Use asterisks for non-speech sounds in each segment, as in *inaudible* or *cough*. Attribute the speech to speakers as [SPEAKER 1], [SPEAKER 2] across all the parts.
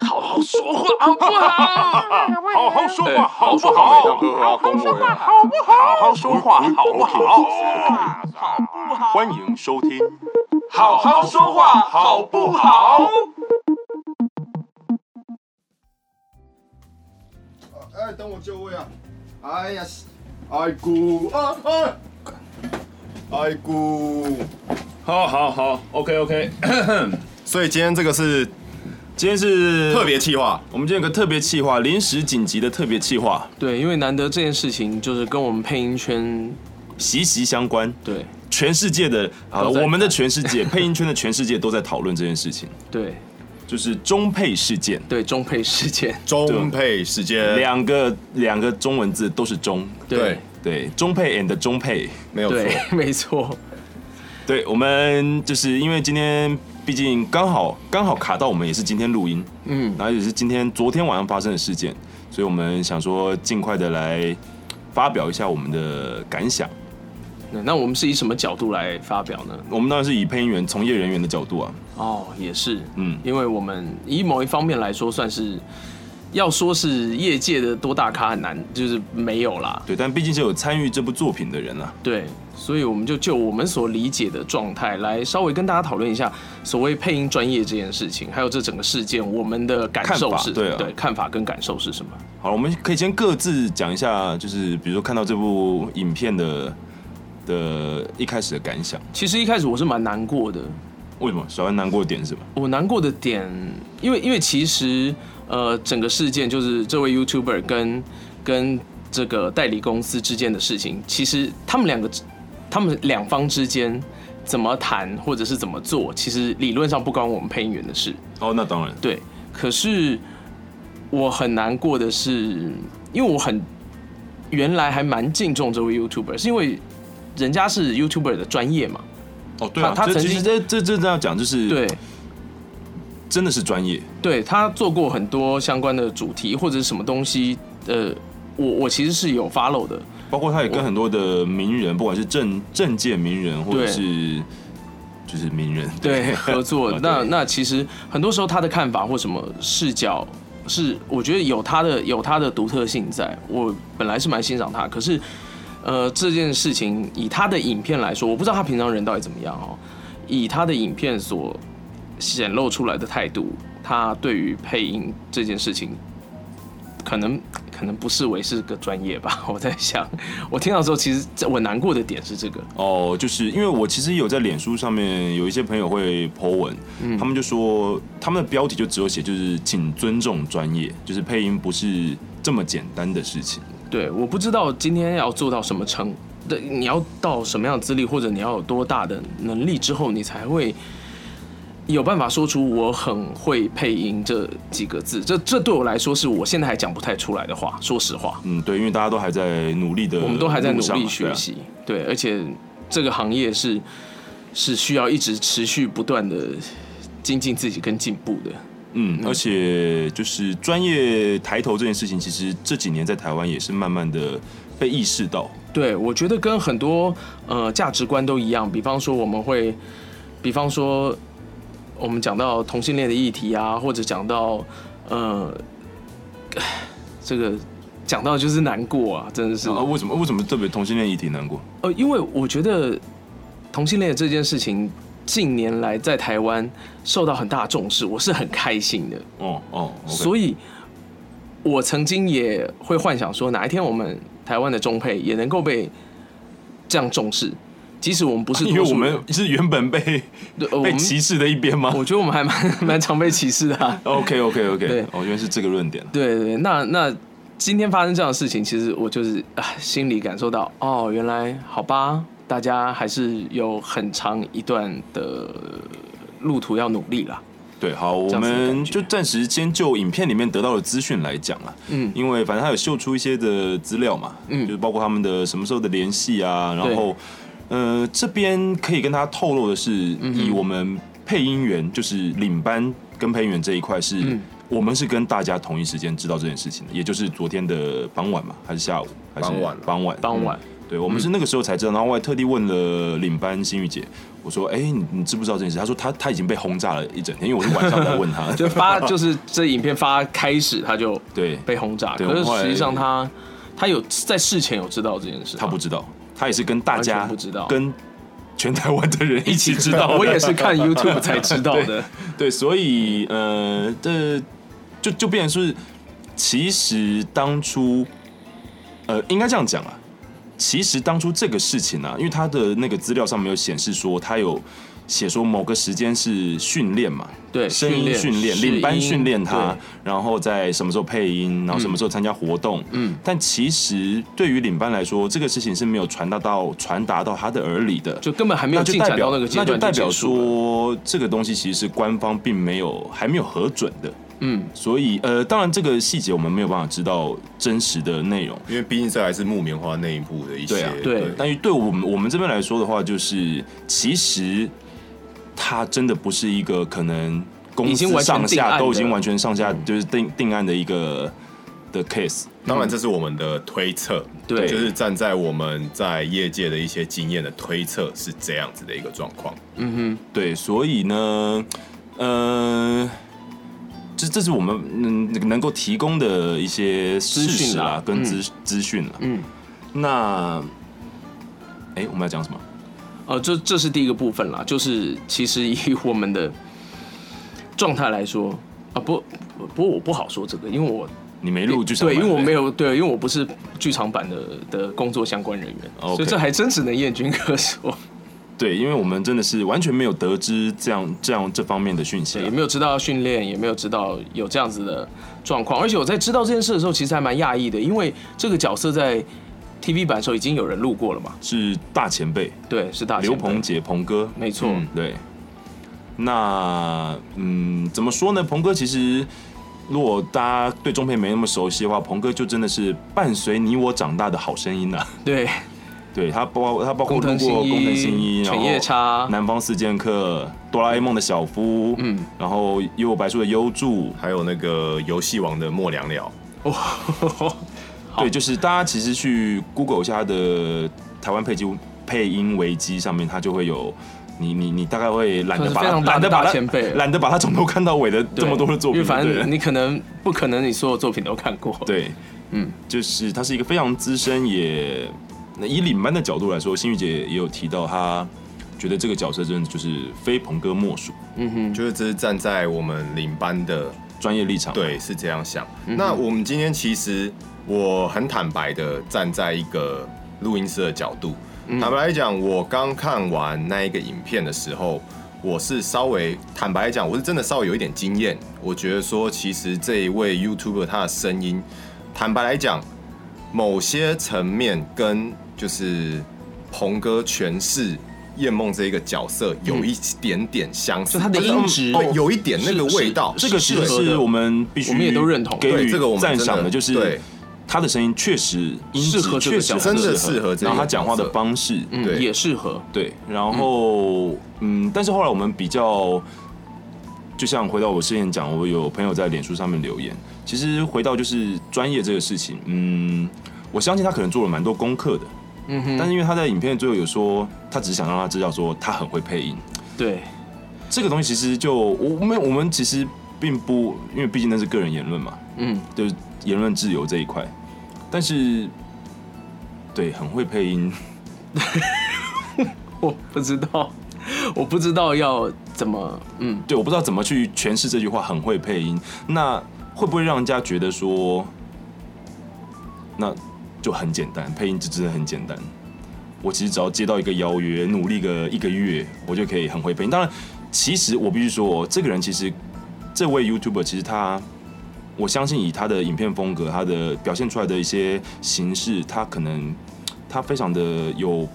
[SPEAKER 1] 好说话好不好？
[SPEAKER 2] 好好说
[SPEAKER 1] 哎
[SPEAKER 2] 话，好不
[SPEAKER 1] 好
[SPEAKER 2] 好？
[SPEAKER 1] 好好说话，
[SPEAKER 2] 好不好？好好说话，好不好？
[SPEAKER 1] 好不好？
[SPEAKER 2] 欢迎收听，
[SPEAKER 1] 好好说话好不好？
[SPEAKER 3] 哎，等我就位啊！哎呀，哎姑，啊哎，哎姑。
[SPEAKER 2] 好好好，OK OK。
[SPEAKER 3] 所以今天这个是
[SPEAKER 2] 今天是
[SPEAKER 3] 特，别企划，
[SPEAKER 2] 我们今天有个特别企划，临时紧急的特别企划，
[SPEAKER 4] 对，因为难得这件事情就是跟我们配音圈
[SPEAKER 2] 息息相关。
[SPEAKER 4] 对
[SPEAKER 2] 全世界的，好了，
[SPEAKER 4] 都在
[SPEAKER 2] 我们的全世界，配音圈的全世界都在讨论这件事情，
[SPEAKER 4] 对
[SPEAKER 2] 就是中配事件。
[SPEAKER 4] 对中配事件，
[SPEAKER 3] 中配时间，
[SPEAKER 2] 两个两个中文字都是中，
[SPEAKER 3] 对
[SPEAKER 4] 对
[SPEAKER 2] 对，中配 and 中配。
[SPEAKER 3] 没有错。
[SPEAKER 4] 对， *laughs* 没错，
[SPEAKER 2] 对，我们就是因为今天，毕竟刚好刚好卡到我们也是今天录音，
[SPEAKER 4] 嗯，
[SPEAKER 2] 然后也是今天昨天晚上发生的事件，所以我们想说尽快的来发表一下我们的感想。
[SPEAKER 4] 那那我们是以什么角度来发表呢？
[SPEAKER 2] 我们当然是以配音员从业人员的角度啊，
[SPEAKER 4] 哦，也是，
[SPEAKER 2] 嗯
[SPEAKER 4] 嗯，因为我们以某一方面来说，算是要说是业界的多大咖很难，就是没有啦，
[SPEAKER 2] 对，但毕竟是有参与这部作品的人啊，
[SPEAKER 4] 对，所以我们就就我们所理解的状态来稍微跟大家讨论一下所谓配音专业这件事情，还有这整个事件我们的感
[SPEAKER 2] 看
[SPEAKER 4] 受
[SPEAKER 2] 法
[SPEAKER 4] 是，
[SPEAKER 2] 对啊
[SPEAKER 4] 看法跟感受是什么？
[SPEAKER 2] 好，我们可以先各自讲一下，就是比如说看到这部影片的的一开始的感想。
[SPEAKER 4] 其实一开始我是蛮难过的，
[SPEAKER 2] 为什么小安难过的点是什么？
[SPEAKER 4] 我难过的点，因为因为其实呃，整个事件就是这位 YouTuber 跟跟这个代理公司之间的事情，其实他们两个他们两方之间怎么谈或者是怎么做，其实理论上不关我们配音员的事。
[SPEAKER 2] 哦，那当然，
[SPEAKER 4] 对，可是我很难过的是，因为我很原来还蛮敬重这位 YouTuber，是因为人家是 YouTuber 的专业嘛，
[SPEAKER 2] 哦对啊，
[SPEAKER 4] 他他
[SPEAKER 2] 这
[SPEAKER 4] 曾
[SPEAKER 2] 其实
[SPEAKER 4] 经
[SPEAKER 2] 这这这这样讲就是，
[SPEAKER 4] 对。
[SPEAKER 2] 真的是专业，
[SPEAKER 4] 对他做过很多相关的主题或者是什么东西，呃，我我其实是有 follow 的，
[SPEAKER 2] 包括他也跟很多的名人，不管是政政界名人或者
[SPEAKER 4] 对
[SPEAKER 2] 是就是名人， *laughs*
[SPEAKER 4] 对，合作
[SPEAKER 2] 啊。
[SPEAKER 4] 那
[SPEAKER 2] 对
[SPEAKER 4] 那其实很多时候他的看法或什么视角是，我觉得有他的有他的独特性在。我本来是蛮欣赏他，可是呃这件事情以他的影片来说，我不知道他平常人到底怎么样哦。以他的影片所显露出来的态度，他对于配音这件事情，可能可能不视为是个专业吧。 *laughs* 我在想，我听到之后，其实这我难过的点是这个，
[SPEAKER 2] 哦，就是因为我其实有在脸书上面有一些朋友会 po 文，
[SPEAKER 4] 嗯
[SPEAKER 2] 他们就说他们的标题就只有写就是请尊重专业，就是配音不是这么简单的事情。
[SPEAKER 4] 对，我不知道今天要做到什么程，对，你要到什么样的资历，或者你要有多大的能力之后，你才会有办法说出“我很会配音”这几个字。这这对我来说，是我现在还讲不太出来的话。说实话，
[SPEAKER 2] 嗯，对，因为大家都还在努力的，
[SPEAKER 4] 嗯我们都还在努力
[SPEAKER 2] 啊
[SPEAKER 4] 学。习，对，啊而且这个行业是是需要一直持续不断的精进自己跟进步的。
[SPEAKER 2] 嗯，而且就是专业抬头这件事情，其实这几年在台湾也是慢慢的被意识到。
[SPEAKER 4] 对，我觉得跟很多呃价值观都一样，比方说我们会，比方说我们讲到同性恋的议题啊，或者讲到呃这个讲到就是难过啊，真的是
[SPEAKER 2] 啊，为什么为什么特别同性恋议题难过？
[SPEAKER 4] 呃，因为我觉得同性恋这件事情近年来在台湾受到很大的重视，我是很开心的。
[SPEAKER 2] 哦哦，OK，
[SPEAKER 4] 所以，我曾经也会幻想说，哪一天我们台湾的中配也能够被这样重视，即使我们不是
[SPEAKER 2] 啊因为
[SPEAKER 4] 多数
[SPEAKER 2] 我
[SPEAKER 4] 人、
[SPEAKER 2] 们是原本被
[SPEAKER 4] 对呃我
[SPEAKER 2] 被
[SPEAKER 4] 们
[SPEAKER 2] 歧视的一边吗
[SPEAKER 4] 我觉得我们还蛮 *laughs* 蛮常被歧视的、啊。
[SPEAKER 2] ？OK OK OK，
[SPEAKER 4] 对
[SPEAKER 2] 哦，原来是这个论点啊。
[SPEAKER 4] 对对，对那那今天发生这样的事情，其实我就是啊，心里感受到，哦，原来好吧，大家还是有很长一段的路途要努力啦。
[SPEAKER 2] 对，好，我
[SPEAKER 4] 这样子的
[SPEAKER 2] 们
[SPEAKER 4] 感觉
[SPEAKER 2] 就暂时先就影片里面得到的资讯来讲啊，
[SPEAKER 4] 嗯
[SPEAKER 2] 因为反正他有秀出一些的资料嘛，
[SPEAKER 4] 嗯
[SPEAKER 2] 就是包括他们的什么时候的联系啊，然后呃这边可以跟他透露的是，
[SPEAKER 4] 嗯
[SPEAKER 2] 以我们配音员就是领班跟配音员这一块是。
[SPEAKER 4] 嗯
[SPEAKER 2] 我们是跟大家同一时间知道这件事情的，也就是昨天的傍晚嘛，还是下午，还是
[SPEAKER 3] 傍晚啊
[SPEAKER 2] 傍晚，
[SPEAKER 4] 傍晚，
[SPEAKER 2] 对我们是那个时候才知道，然后我还特地问了领班心玉姐，我说：“哎、你你知不知道这件事？”她说她：“她已经被轰炸了一整天，因为我是晚上才问她。”
[SPEAKER 4] *laughs* 就发就是这影片发开始他就
[SPEAKER 2] 对
[SPEAKER 4] 被轰炸，
[SPEAKER 2] 对
[SPEAKER 4] 可是
[SPEAKER 2] 我后来
[SPEAKER 4] 实际上他他有在事前有知道这件事吗，
[SPEAKER 2] 她不知道，她也是跟大
[SPEAKER 4] 完
[SPEAKER 2] 家
[SPEAKER 4] 全不知道
[SPEAKER 2] 跟全台湾的人一起知道的。
[SPEAKER 4] 我也是看 YouTube 才知道的。
[SPEAKER 2] *laughs*
[SPEAKER 4] *laughs*
[SPEAKER 2] 对，所以呃，这就就变成是，其实当初呃，应该这样讲啊，其实当初这个事情啊，因为他的那个资料上面有显示说，他有写说某个时间是训练嘛，
[SPEAKER 4] 对
[SPEAKER 2] 声音
[SPEAKER 4] 训
[SPEAKER 2] 训
[SPEAKER 4] 练
[SPEAKER 2] 练，
[SPEAKER 4] 试
[SPEAKER 2] 领班
[SPEAKER 4] 音
[SPEAKER 2] 训练他
[SPEAKER 4] 对，
[SPEAKER 2] 然后在什么时候配音，然后什么时候参加活动，嗯，但其实对于领班来说，这个事情是没有传达到传达到他的耳里的，
[SPEAKER 4] 就根本还没
[SPEAKER 2] 那
[SPEAKER 4] 有
[SPEAKER 2] 就
[SPEAKER 4] 进
[SPEAKER 2] 代
[SPEAKER 4] 展
[SPEAKER 2] 表
[SPEAKER 4] 到那个阶
[SPEAKER 2] 那
[SPEAKER 4] 段
[SPEAKER 2] 就代
[SPEAKER 4] 结
[SPEAKER 2] 表
[SPEAKER 4] 束了，
[SPEAKER 2] 说这个东西其实是官方并没有还没有核准的，
[SPEAKER 4] 嗯，
[SPEAKER 2] 所以呃，当然这个细节我们没有办法知道真实的内容，
[SPEAKER 5] 因为毕竟这还是木棉花内部的一
[SPEAKER 2] 对
[SPEAKER 5] 些
[SPEAKER 2] 啊
[SPEAKER 4] 对
[SPEAKER 2] 但于对我们我们这边来说的话，就是其实它真的不是一个可能公
[SPEAKER 4] 已经
[SPEAKER 2] 司
[SPEAKER 4] 完全
[SPEAKER 2] 上
[SPEAKER 4] 定案
[SPEAKER 2] 下
[SPEAKER 4] 的嗯
[SPEAKER 2] 都已经完全上下就是定定案的一个的 case，
[SPEAKER 5] 当然这是我们的推测，
[SPEAKER 4] 对
[SPEAKER 5] 就是站在我们在业界的一些经验的推测是这样子的一个状况。
[SPEAKER 4] 嗯
[SPEAKER 2] 对，所以呢，呃，这这是我们嗯能够提供的一些事实啦，跟资资讯啦。
[SPEAKER 4] 嗯，
[SPEAKER 2] 那，哎，我们要讲什么？
[SPEAKER 4] 哼，呃，这这是第一个部分啦，就是其实以我们的状态来说啊，不不不过我不好说这个，因为我
[SPEAKER 2] 你没录就想
[SPEAKER 4] 对，因为我没
[SPEAKER 2] 有。
[SPEAKER 4] 有对，因为我不是剧场版的的工作相关人员
[SPEAKER 2] OK
[SPEAKER 4] 所以这还真只能燕军哥说，
[SPEAKER 2] 对，因为我们真的是完全没有得知这样这样这方面的讯息啊
[SPEAKER 4] 对，也
[SPEAKER 2] 啦。
[SPEAKER 4] 没有知道训练，也没有知道有这样子的状况。而且我在知道这件事的时候，其实还蛮讶异的，因为这个角色在 TV 版的时候已经有人录过了嘛，
[SPEAKER 2] 是大前辈
[SPEAKER 4] 对，是大前
[SPEAKER 2] 刘
[SPEAKER 4] 辈
[SPEAKER 2] 鹏，杰鹏哥，
[SPEAKER 4] 没错，
[SPEAKER 2] 嗯对。那嗯，怎么说呢？鹏哥其实，如果大家对中配没那么熟悉的话，鹏哥就真的是伴随你我长大的好声音呐、 *laughs*
[SPEAKER 4] 对，
[SPEAKER 2] 对他包他包括
[SPEAKER 4] 工藤
[SPEAKER 2] 通过
[SPEAKER 4] 新一
[SPEAKER 2] 工藤新一，
[SPEAKER 4] 犬
[SPEAKER 2] 然后
[SPEAKER 4] 夜叉
[SPEAKER 2] *laughs* 南方四剑客、哆啦 A 梦的小夫，嗯，然后幽游白书的幽助，
[SPEAKER 5] 还有那个游戏王的末良了，
[SPEAKER 4] 哇、
[SPEAKER 2] 对，就是大家其实去 Google 一下他的台湾配机配音维基上面，它就会有。你你你大概会懒得把
[SPEAKER 4] 算是非常大的
[SPEAKER 2] 懒得把
[SPEAKER 4] 大
[SPEAKER 2] 它
[SPEAKER 4] 前辈了
[SPEAKER 2] 懒得把它从头看到尾的这么多的作品
[SPEAKER 4] 因为
[SPEAKER 2] 就对了，
[SPEAKER 4] 反正你可能不可能你所有作品都看过，，
[SPEAKER 2] 对，嗯，就是他是一个非常资深也，那以领班的角度来说，心玉姐也有提到，她觉得这个角色真的就是非鹏哥莫属，
[SPEAKER 4] 嗯
[SPEAKER 5] 就是这是站在我们领班的
[SPEAKER 2] 专业立场。，
[SPEAKER 5] 对，是这样想。
[SPEAKER 4] 嗯
[SPEAKER 5] 那我们今天其实我很坦白的站在一个录音师的角度，
[SPEAKER 4] 嗯
[SPEAKER 5] 坦白来讲，我刚看完那一个影片的时候，我是稍微坦白来讲，我是真的稍微有一点经验。我觉得说，其实这一位 YouTuber 他的声音，坦白来讲，某些层面跟就是鹏哥诠释。叶梦这一个角色有一点点相似，
[SPEAKER 4] 嗯就他的
[SPEAKER 5] 是
[SPEAKER 4] 音质
[SPEAKER 5] 哦有一点那个
[SPEAKER 4] 是
[SPEAKER 5] 味道，
[SPEAKER 2] 这个
[SPEAKER 4] 适
[SPEAKER 2] 是
[SPEAKER 4] 合的
[SPEAKER 2] 是我们必须
[SPEAKER 4] 我们也都认同
[SPEAKER 2] 给
[SPEAKER 5] 对
[SPEAKER 2] 予
[SPEAKER 5] 这个我们
[SPEAKER 2] 赞
[SPEAKER 5] 真的
[SPEAKER 2] 赏的，就
[SPEAKER 5] 对
[SPEAKER 2] 是他的声音确实音质
[SPEAKER 4] 适合这个
[SPEAKER 2] 确实
[SPEAKER 4] 角
[SPEAKER 2] 很
[SPEAKER 4] 色
[SPEAKER 5] 真的适合这个
[SPEAKER 2] 然后他讲话的
[SPEAKER 5] 角色
[SPEAKER 2] 方式，嗯
[SPEAKER 4] 嗯，
[SPEAKER 5] 对
[SPEAKER 4] 也适合，
[SPEAKER 2] 对，然后嗯但是后来我们比较，就像回到我之前讲，我有朋友在脸书上面留言，其实回到就是专业这个事情，嗯，我相信他可能做了蛮多功课的，
[SPEAKER 4] 嗯哼，
[SPEAKER 2] 但是因为他在影片最后有说，他只是想让他知道说他很会配音， *laughs*
[SPEAKER 4] 对，
[SPEAKER 2] 这个东西其实就我我们我们其实并不，因为毕竟那是个人言论嘛，
[SPEAKER 4] 嗯，
[SPEAKER 2] 就是言论自由这一块，但是对很会配音，
[SPEAKER 4] 我不知道，我不知道要怎么，嗯，
[SPEAKER 2] 对，我不知道怎么去诠释这句话，很会配音，那会不会让人家觉得说，那就很简单，配音就真的很简单。我其实只要接到一个邀约，努力个一个月，我就可以很会配音。当然，其实我必须说，这个人其实这位 YouTuber 其实他，我相信以他的影片风格，他的表现出来的一些形式，他可能他非常的有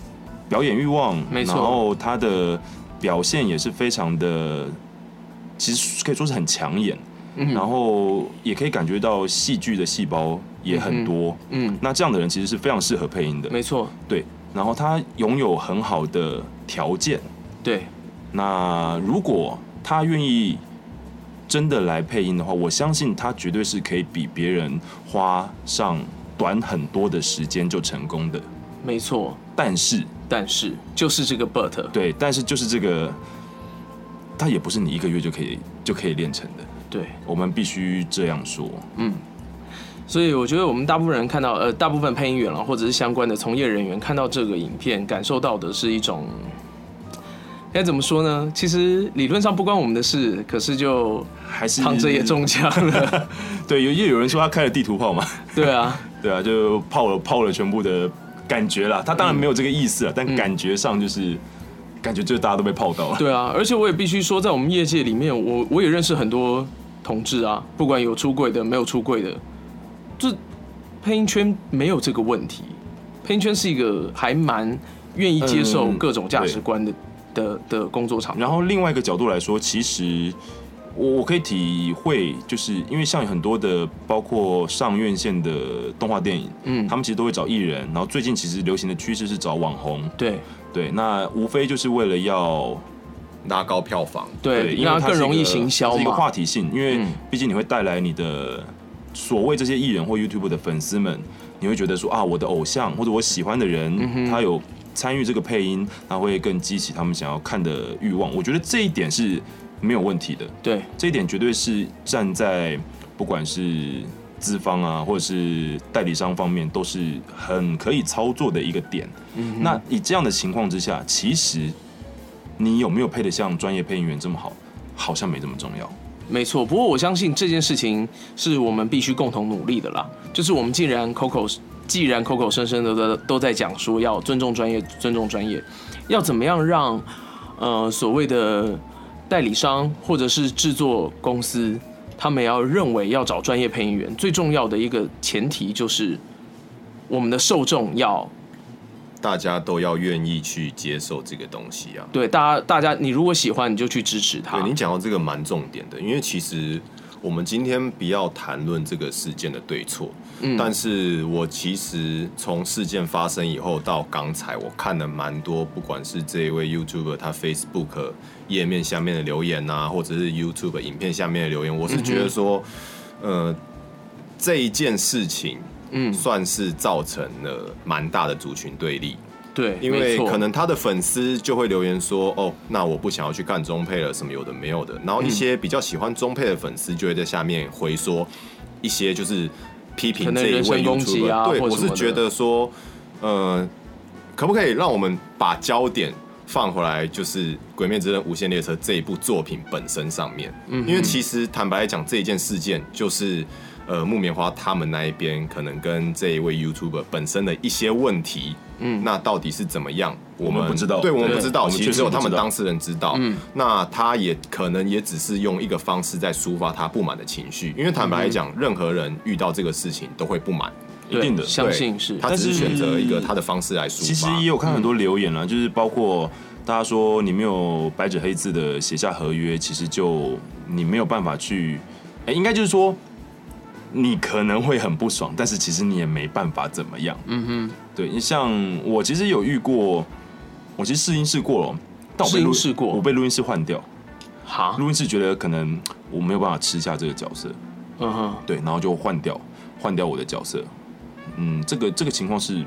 [SPEAKER 2] 表演欲望，
[SPEAKER 4] 没错
[SPEAKER 2] 然后他的表现也是非常的，其实可以说是很抢眼，
[SPEAKER 4] 嗯
[SPEAKER 2] 然后也可以感觉到戏剧的细胞也很多。
[SPEAKER 4] 嗯，
[SPEAKER 2] 那这样的人其实是非常适合配音的，
[SPEAKER 4] 没错，
[SPEAKER 2] 对。然后他拥有很好的条件，
[SPEAKER 4] 对，
[SPEAKER 2] 那如果他愿意真的来配音的话，我相信他绝对是可以比别人花上短很多的时间就成功的。
[SPEAKER 4] 没错，
[SPEAKER 2] 但是
[SPEAKER 4] 但是就是这个 but，
[SPEAKER 2] 对，但是就是这个，它也不是你一个月就可以就可以练成的。
[SPEAKER 4] 对，
[SPEAKER 2] 我们必须这样说，
[SPEAKER 4] 所以我觉得我们大部分人看到，呃，大部分配音员啦，或者是相关的从业人员看到这个影片，感受到的是一种该怎么说呢？其实理论上不关我们的事，可是就
[SPEAKER 2] 还是
[SPEAKER 4] 躺着也。中枪了。
[SPEAKER 2] *laughs* 对，有也有人说他开了地图炮嘛， *laughs*
[SPEAKER 4] 对啊，
[SPEAKER 2] 对啊，就泡了泡了全部的感觉啦。他当然没有这个意思啊，
[SPEAKER 4] 嗯
[SPEAKER 2] 但感觉上就是感觉就是大家都被泡到了。
[SPEAKER 4] 对啊，而且我也必须说，在我们业界里面，我我也认识很多同志啊，不管有出柜的，没有出柜的，这配音圈没有这个问题。配音圈是一个还蛮愿意接受
[SPEAKER 2] 嗯
[SPEAKER 4] 各种价值观的、的的工作场。
[SPEAKER 2] 然后另外一个角度来说，其实我我可以体会，就是因为像很多的包括上院线的动画电影，
[SPEAKER 4] 嗯
[SPEAKER 2] 嗯，他们其实都会找艺人，然后最近其实流行的趋势是找网红，
[SPEAKER 4] 对
[SPEAKER 2] 对，那无非就是为了要
[SPEAKER 5] 拉高票房。
[SPEAKER 4] 对，
[SPEAKER 2] 因为
[SPEAKER 4] 让它
[SPEAKER 2] 它是
[SPEAKER 4] 更
[SPEAKER 2] 一
[SPEAKER 4] 容易
[SPEAKER 2] 个
[SPEAKER 4] 行销
[SPEAKER 2] 它是一个话
[SPEAKER 4] 嘛。
[SPEAKER 2] 题性，因为
[SPEAKER 4] 嗯
[SPEAKER 2] 毕竟你会带来你的所谓这些艺人或 YouTube 的粉丝们，你会觉得说啊，我的偶像或者我喜欢的人，
[SPEAKER 4] 嗯
[SPEAKER 2] 他有参与这个配音，他会更激起他们想要看的欲望。我觉得这一点是没有问题的，
[SPEAKER 4] 对，
[SPEAKER 2] 这一点绝对是站在不管是资方啊，或者是代理商方面，都是很可以操作的一个点。那以这样的情况之下，其实你有没有配得像专业配音员这么好，好像没这么重要。
[SPEAKER 4] 没错。不过我相信这件事情是我们必须共同努力的啦。就是我们既然口口既然口口声声的都都在讲说要尊重专业，尊重专业，要怎么样让呃所谓的代理商或者是制作公司，他们要认为要找专业配音员，最重要的一个前提就是我们的受众要
[SPEAKER 5] 大家都要愿意去接受这个东西啊。
[SPEAKER 4] 对大家大家，你如果喜欢你就去支持他
[SPEAKER 5] 对。你讲到这个蛮重点的，因为其实我们今天不要谈论这个事件的对错，但是我其实从事件发生以后到刚才，我看了蛮多，不管是这一位 YouTuber 他 Facebook 页面下面的留言啊，或者是 YouTube 影片下面的留言，我是觉得说，呃，这一件事情，嗯，算是造成了蛮大的族群对立。
[SPEAKER 4] 对，
[SPEAKER 5] 因
[SPEAKER 4] 没
[SPEAKER 5] 为
[SPEAKER 4] 错
[SPEAKER 5] 可能他的粉丝就会留言说：“哦，那我不想要去看中配了，什么有的没有的。”然后一些比较喜欢中配的粉丝就会在下面回说一些就是批
[SPEAKER 4] 可
[SPEAKER 5] 评
[SPEAKER 4] 能
[SPEAKER 5] 这一
[SPEAKER 4] 人
[SPEAKER 5] 位
[SPEAKER 4] 身攻击
[SPEAKER 5] YouTuber、
[SPEAKER 4] 啊
[SPEAKER 5] 对，
[SPEAKER 4] 或
[SPEAKER 5] 我
[SPEAKER 4] 什么
[SPEAKER 5] 是
[SPEAKER 4] 的
[SPEAKER 5] 觉得说，呃，可不可以让我们把焦点放回来，就是《鬼灭之刃：无限列车》这一部作品本身上面？嗯，因为其实坦白讲，这一件事件就是。呃，木棉花他们那一边可能跟这一位 YouTuber 本身的一些问题，嗯，那到底是怎么样？我
[SPEAKER 2] 们不知道
[SPEAKER 5] 对我们
[SPEAKER 2] 对
[SPEAKER 5] 不知道，
[SPEAKER 2] 我们确
[SPEAKER 5] 其实
[SPEAKER 2] 实
[SPEAKER 5] 只有
[SPEAKER 2] 不
[SPEAKER 5] 他
[SPEAKER 2] 知
[SPEAKER 5] 们
[SPEAKER 2] 道
[SPEAKER 5] 当事人知道。嗯，那他也可能也只是用一个方式在抒发他不满的情绪，因为坦白讲，
[SPEAKER 2] 嗯
[SPEAKER 5] 任何人遇到这个事情都会不满，
[SPEAKER 2] 一定的
[SPEAKER 4] 对相信是
[SPEAKER 5] 对他只是
[SPEAKER 2] 嗯但是
[SPEAKER 5] 选择一个他的方式来抒发。
[SPEAKER 2] 其实也有看很多留言啦，就是包括大家说你没有白纸黑字的写下合约，其实就你没有办法去，哎、应该就是说你可能会很不爽，但是其实你也没办法怎么样。嗯哼，对，你像我其实有遇过，我其实试音试过了，但我被录
[SPEAKER 4] 试音试过
[SPEAKER 2] 我被录音室换掉，
[SPEAKER 4] 好，
[SPEAKER 2] 录音室觉得可能我没有办法吃下这个角色，
[SPEAKER 4] 嗯哼，
[SPEAKER 2] 对，然后就换掉换掉我的角色。嗯，这个这个情况是。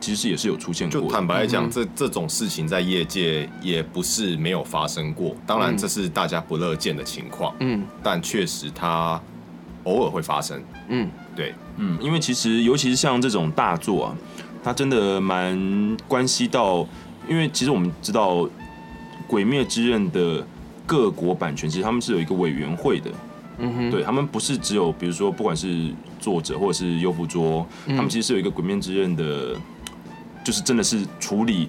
[SPEAKER 2] 其实也是有出现过
[SPEAKER 5] 就
[SPEAKER 2] 的，
[SPEAKER 5] 坦白
[SPEAKER 4] 嗯
[SPEAKER 5] 讲，这这种事情在业界也不是没有发生过，当然这是大家不乐见的情况，
[SPEAKER 4] 嗯
[SPEAKER 5] 但确实它偶尔会发生。
[SPEAKER 4] 嗯，
[SPEAKER 5] 对，
[SPEAKER 2] 嗯，因为其实尤其是像这种大作啊，它真的蛮关系到，因为其实我们知道《鬼灭之刃》的各国版权，其实他们是有一个委员会的。
[SPEAKER 4] 嗯哼，
[SPEAKER 2] 对他们不是只有，比如说不管是作者或者是优芙桌，
[SPEAKER 4] 嗯
[SPEAKER 2] 他们其实是有一个《鬼灭之刃》的，就是真的是处理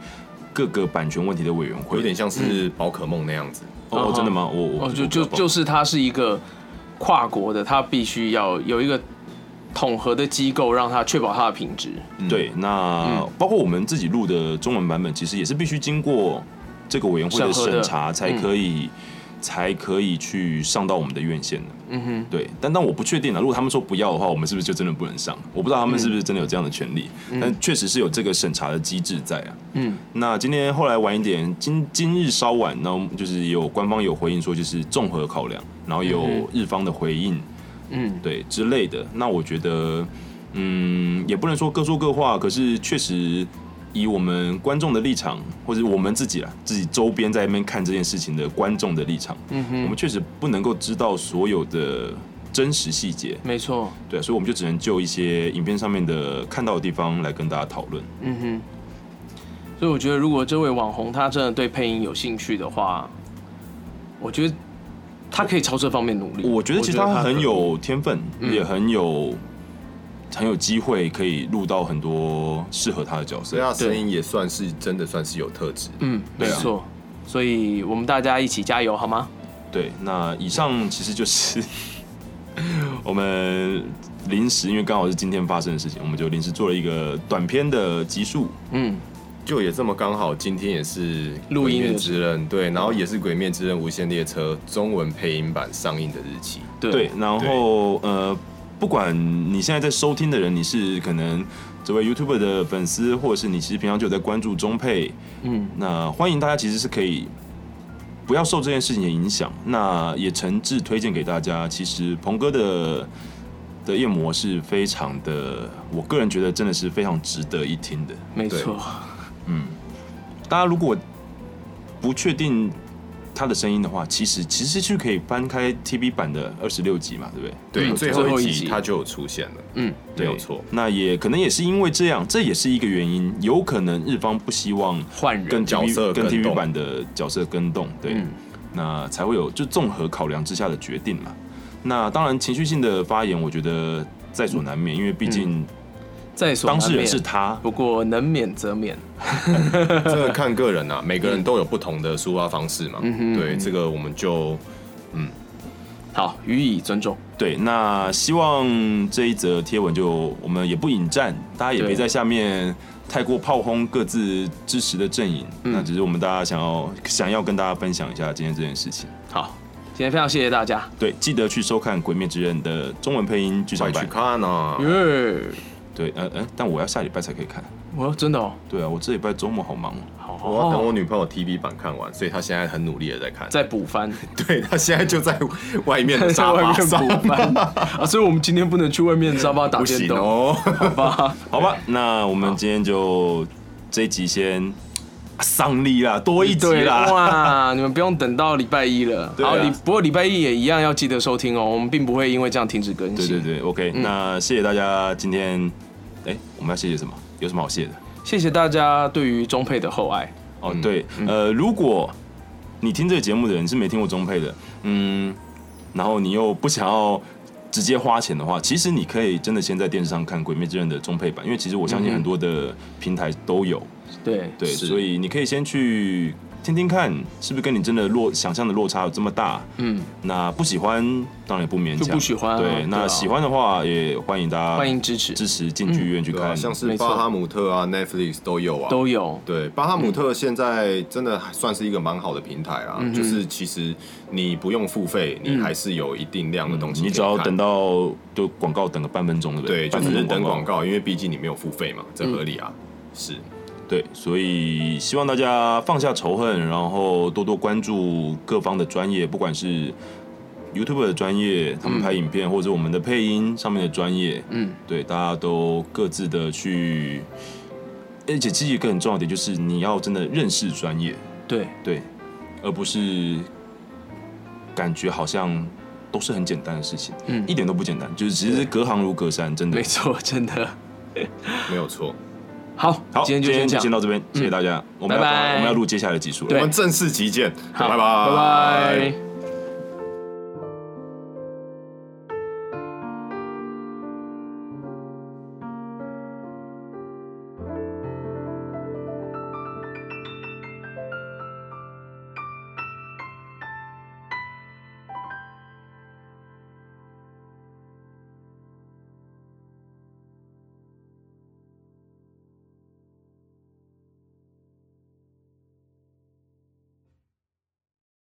[SPEAKER 2] 各个版权问题的委员会。
[SPEAKER 5] 有点像
[SPEAKER 4] 嗯
[SPEAKER 5] 是宝可梦那样子。
[SPEAKER 2] 哦，真的吗？我我
[SPEAKER 4] 哦，就
[SPEAKER 2] 我
[SPEAKER 4] 就
[SPEAKER 2] 不知道
[SPEAKER 4] 就是它是一个跨国的，它必须要有一个统合的机构，让它确保它的品质。
[SPEAKER 5] 嗯
[SPEAKER 2] 对，那、
[SPEAKER 4] 嗯
[SPEAKER 2] 包括我们自己录的中文版本，其实也是必须经过这个委员会的
[SPEAKER 4] 审核的
[SPEAKER 2] 审
[SPEAKER 4] 嗯
[SPEAKER 2] 查，才可以、才可以去上到我们的院线的。嗯哼，对，但但我不确定啊，如果他们说不要的话，我们是不是就真的不能上？我不知道他们是不是真的有这样的权利，但确实是有这个审查的机制在啊。
[SPEAKER 4] 嗯，
[SPEAKER 2] 那今天后来晚一点，今今日稍晚，然后就是有官方有回应说，就是综合考量，然后有日方的回应，
[SPEAKER 4] 嗯，
[SPEAKER 2] 对之类的。那我觉得，嗯，也不能说各说各话，可是确实以我们观众的立场，或者我们自己啊，自己周边在那边看这件事情的观众的立场，嗯哼，我们确实不能够知道所有的真实细节，
[SPEAKER 4] 没错，
[SPEAKER 2] 对啊，所以我们就只能就一些影片上面的看到的地方来跟大家讨论。
[SPEAKER 4] 嗯哼。所以我觉得，如果这位网红他真的对配音有兴趣的话，我觉得他可以朝这方面努力。
[SPEAKER 2] 我觉得其实
[SPEAKER 4] 我觉
[SPEAKER 2] 他
[SPEAKER 4] 得他
[SPEAKER 2] 很嗯有天分，也很有很有机会可以录到很多适合他的角
[SPEAKER 5] 所以
[SPEAKER 2] 色。
[SPEAKER 5] 他声音也算是真的算是有特质。
[SPEAKER 4] 嗯，没
[SPEAKER 2] 对啊
[SPEAKER 4] 错。所以我们大家一起加油好吗？
[SPEAKER 2] 对，那以上其实就是 *laughs* 我们临时，因为刚好是今天发生的事情，我们就临时做了一个短片的集数。
[SPEAKER 4] 嗯，
[SPEAKER 5] 就也这么刚好，今天也是《
[SPEAKER 4] 录音
[SPEAKER 5] 鬼
[SPEAKER 4] 的
[SPEAKER 5] 面之刃》对，然后也是《鬼面之刃：无限列车》中文配音版上映的日期。
[SPEAKER 4] 对，
[SPEAKER 2] 对，然后呃，不管你现在在收听的人，你是可能这位 YouTuber 的粉丝，或者是你其实平常就有在关注中配，
[SPEAKER 4] 嗯，
[SPEAKER 2] 那欢迎大家其实是可以不要受这件事情的影响，那也诚挚推荐给大家。其实鹏哥的的夜魔是非常的，我个人觉得真的是非常值得一听的。
[SPEAKER 4] 没错。
[SPEAKER 2] 大家如果不确定他的声音的话，其实其实是可以翻开 TV 版的二十六集嘛，对不对？
[SPEAKER 5] 对，
[SPEAKER 4] 嗯
[SPEAKER 5] 最
[SPEAKER 4] 最后
[SPEAKER 5] 后
[SPEAKER 4] 一
[SPEAKER 5] 一
[SPEAKER 4] 集
[SPEAKER 5] 集它就有出现了，
[SPEAKER 4] 嗯，
[SPEAKER 5] 没有错。
[SPEAKER 2] 那也可能也是因为这样，这也是一个原因，有可能日方不希望
[SPEAKER 4] 换人。
[SPEAKER 2] 跟 TV,
[SPEAKER 5] 角色
[SPEAKER 2] 跟
[SPEAKER 5] 跟
[SPEAKER 2] TV
[SPEAKER 5] 动
[SPEAKER 2] 版的角色跟动，对，
[SPEAKER 4] 嗯
[SPEAKER 2] 那才会有就综合考量之下的决定嘛。那当然，情绪性的发言，我觉得在所难免，因为毕
[SPEAKER 5] 嗯
[SPEAKER 2] 竟
[SPEAKER 4] 在所
[SPEAKER 2] 当
[SPEAKER 4] 难
[SPEAKER 2] 事人
[SPEAKER 4] 免
[SPEAKER 2] 是他，
[SPEAKER 4] 不过能免则免。
[SPEAKER 5] *laughs* 这个看个人啊，每个人都有不同的抒发方式嘛。
[SPEAKER 4] 哼
[SPEAKER 5] 对，这个我们就
[SPEAKER 4] 好，予以尊重。
[SPEAKER 2] 对，那希望这一则贴文就我们也不引战，大家也
[SPEAKER 4] 对
[SPEAKER 2] 别在下面太过炮轰各自支持的阵营。
[SPEAKER 5] 嗯
[SPEAKER 2] 那只是我们大家想要想要跟大家分享一下今天这件事情。
[SPEAKER 4] 好，今天非常谢谢大家。
[SPEAKER 2] 对，记得去收看《鬼灭之刃》的中文配音剧
[SPEAKER 5] 快
[SPEAKER 2] 场
[SPEAKER 5] 去
[SPEAKER 2] 版。
[SPEAKER 5] 看啊。
[SPEAKER 4] 耶、
[SPEAKER 2] 对，呃呃，但我要下礼拜才可以看。
[SPEAKER 4] 我真的哦，
[SPEAKER 2] 对啊，我这礼拜周末好忙哦。
[SPEAKER 4] 好好
[SPEAKER 5] 我要
[SPEAKER 4] 好
[SPEAKER 5] 等我女朋友 TV 版看完，所以她现在很努力的在看。
[SPEAKER 4] 再补翻，
[SPEAKER 5] 对，她现在就在外面的
[SPEAKER 4] *laughs* 在
[SPEAKER 5] 沙
[SPEAKER 4] 外
[SPEAKER 5] 发
[SPEAKER 4] 面
[SPEAKER 5] 上
[SPEAKER 4] 补翻啊，所以我们今天不能去外面沙发打
[SPEAKER 5] 不
[SPEAKER 4] 电
[SPEAKER 5] 行
[SPEAKER 4] 动，
[SPEAKER 5] 哦。
[SPEAKER 4] 好吧？
[SPEAKER 2] 好吧，那我们今天就这一集先啊丧礼啦，多一集
[SPEAKER 4] 对
[SPEAKER 2] 啦。
[SPEAKER 4] 哇，你们不用等到礼拜一了。
[SPEAKER 2] 对啊
[SPEAKER 4] 好，礼不过礼拜一也一样要记得收听哦，我们并不会因为这样停止更新。
[SPEAKER 2] 对对，对，OK，、那谢谢大家今天，哎，我们要谢谢什么？有什么好谢的？
[SPEAKER 4] 谢谢大家对于中配的厚爱。
[SPEAKER 2] 哦，对，呃，如果你听这个节目的人是没听过中配的，嗯，然后你又不想要直接花钱的话，其实你可以真的先在电视上看《鬼灭之刃》的中配版，因为其实我相信很多的平台都有，
[SPEAKER 4] 对
[SPEAKER 2] 对，
[SPEAKER 5] 是
[SPEAKER 2] 所以你可以先去听听看，是不是跟你真的落想象的落差有这么大？
[SPEAKER 4] 嗯，
[SPEAKER 2] 那不喜欢当然也不勉强，
[SPEAKER 4] 就不喜欢啊对
[SPEAKER 2] 对
[SPEAKER 4] 啊，
[SPEAKER 2] 那喜欢的话也欢迎大家
[SPEAKER 4] 欢迎支持，
[SPEAKER 2] 支持进剧院去
[SPEAKER 5] 对
[SPEAKER 2] 看，
[SPEAKER 5] 啊，像是
[SPEAKER 4] 没错
[SPEAKER 5] 巴哈姆特啊、Netflix 都有啊，
[SPEAKER 4] 都有。
[SPEAKER 5] 对，巴哈姆特现在真的还算是一个蛮好的平台啦，就是其实你不用付费，你还是有一定量的东
[SPEAKER 2] 嗯
[SPEAKER 5] 西、
[SPEAKER 2] 你只要等。到就广告等个半分钟，对不
[SPEAKER 5] 对，
[SPEAKER 2] 对？
[SPEAKER 5] 就
[SPEAKER 2] 半分
[SPEAKER 5] 只是
[SPEAKER 2] 钟
[SPEAKER 5] 等广。告，因为毕竟你没有付费嘛，这合理啊。是，
[SPEAKER 2] 对，所以希望大家放下仇恨，然后多多关注各方的专业，不管是 YouTube 的专业，他们拍影片，或者我们的配音上面的专业，
[SPEAKER 4] 嗯，
[SPEAKER 2] 对，大家都各自的去，而且其实一个很重要的点就是你要真的认识专业，
[SPEAKER 4] 对，
[SPEAKER 2] 对，而不是感觉好像都是很简单的事情，
[SPEAKER 4] 嗯
[SPEAKER 2] 一点都不简单，就是其实是隔行如隔山，真的
[SPEAKER 4] 没。错，真的。
[SPEAKER 5] 没有错。
[SPEAKER 4] 好，
[SPEAKER 2] 好，
[SPEAKER 4] 今天就先
[SPEAKER 2] 先
[SPEAKER 4] 这样，
[SPEAKER 2] 到这边，谢谢大家，我们要
[SPEAKER 4] 拜拜
[SPEAKER 2] 我们要录接下来的集数了，
[SPEAKER 5] 我
[SPEAKER 4] 对
[SPEAKER 5] 们正式集见，
[SPEAKER 4] 好
[SPEAKER 5] 拜
[SPEAKER 4] 拜拜。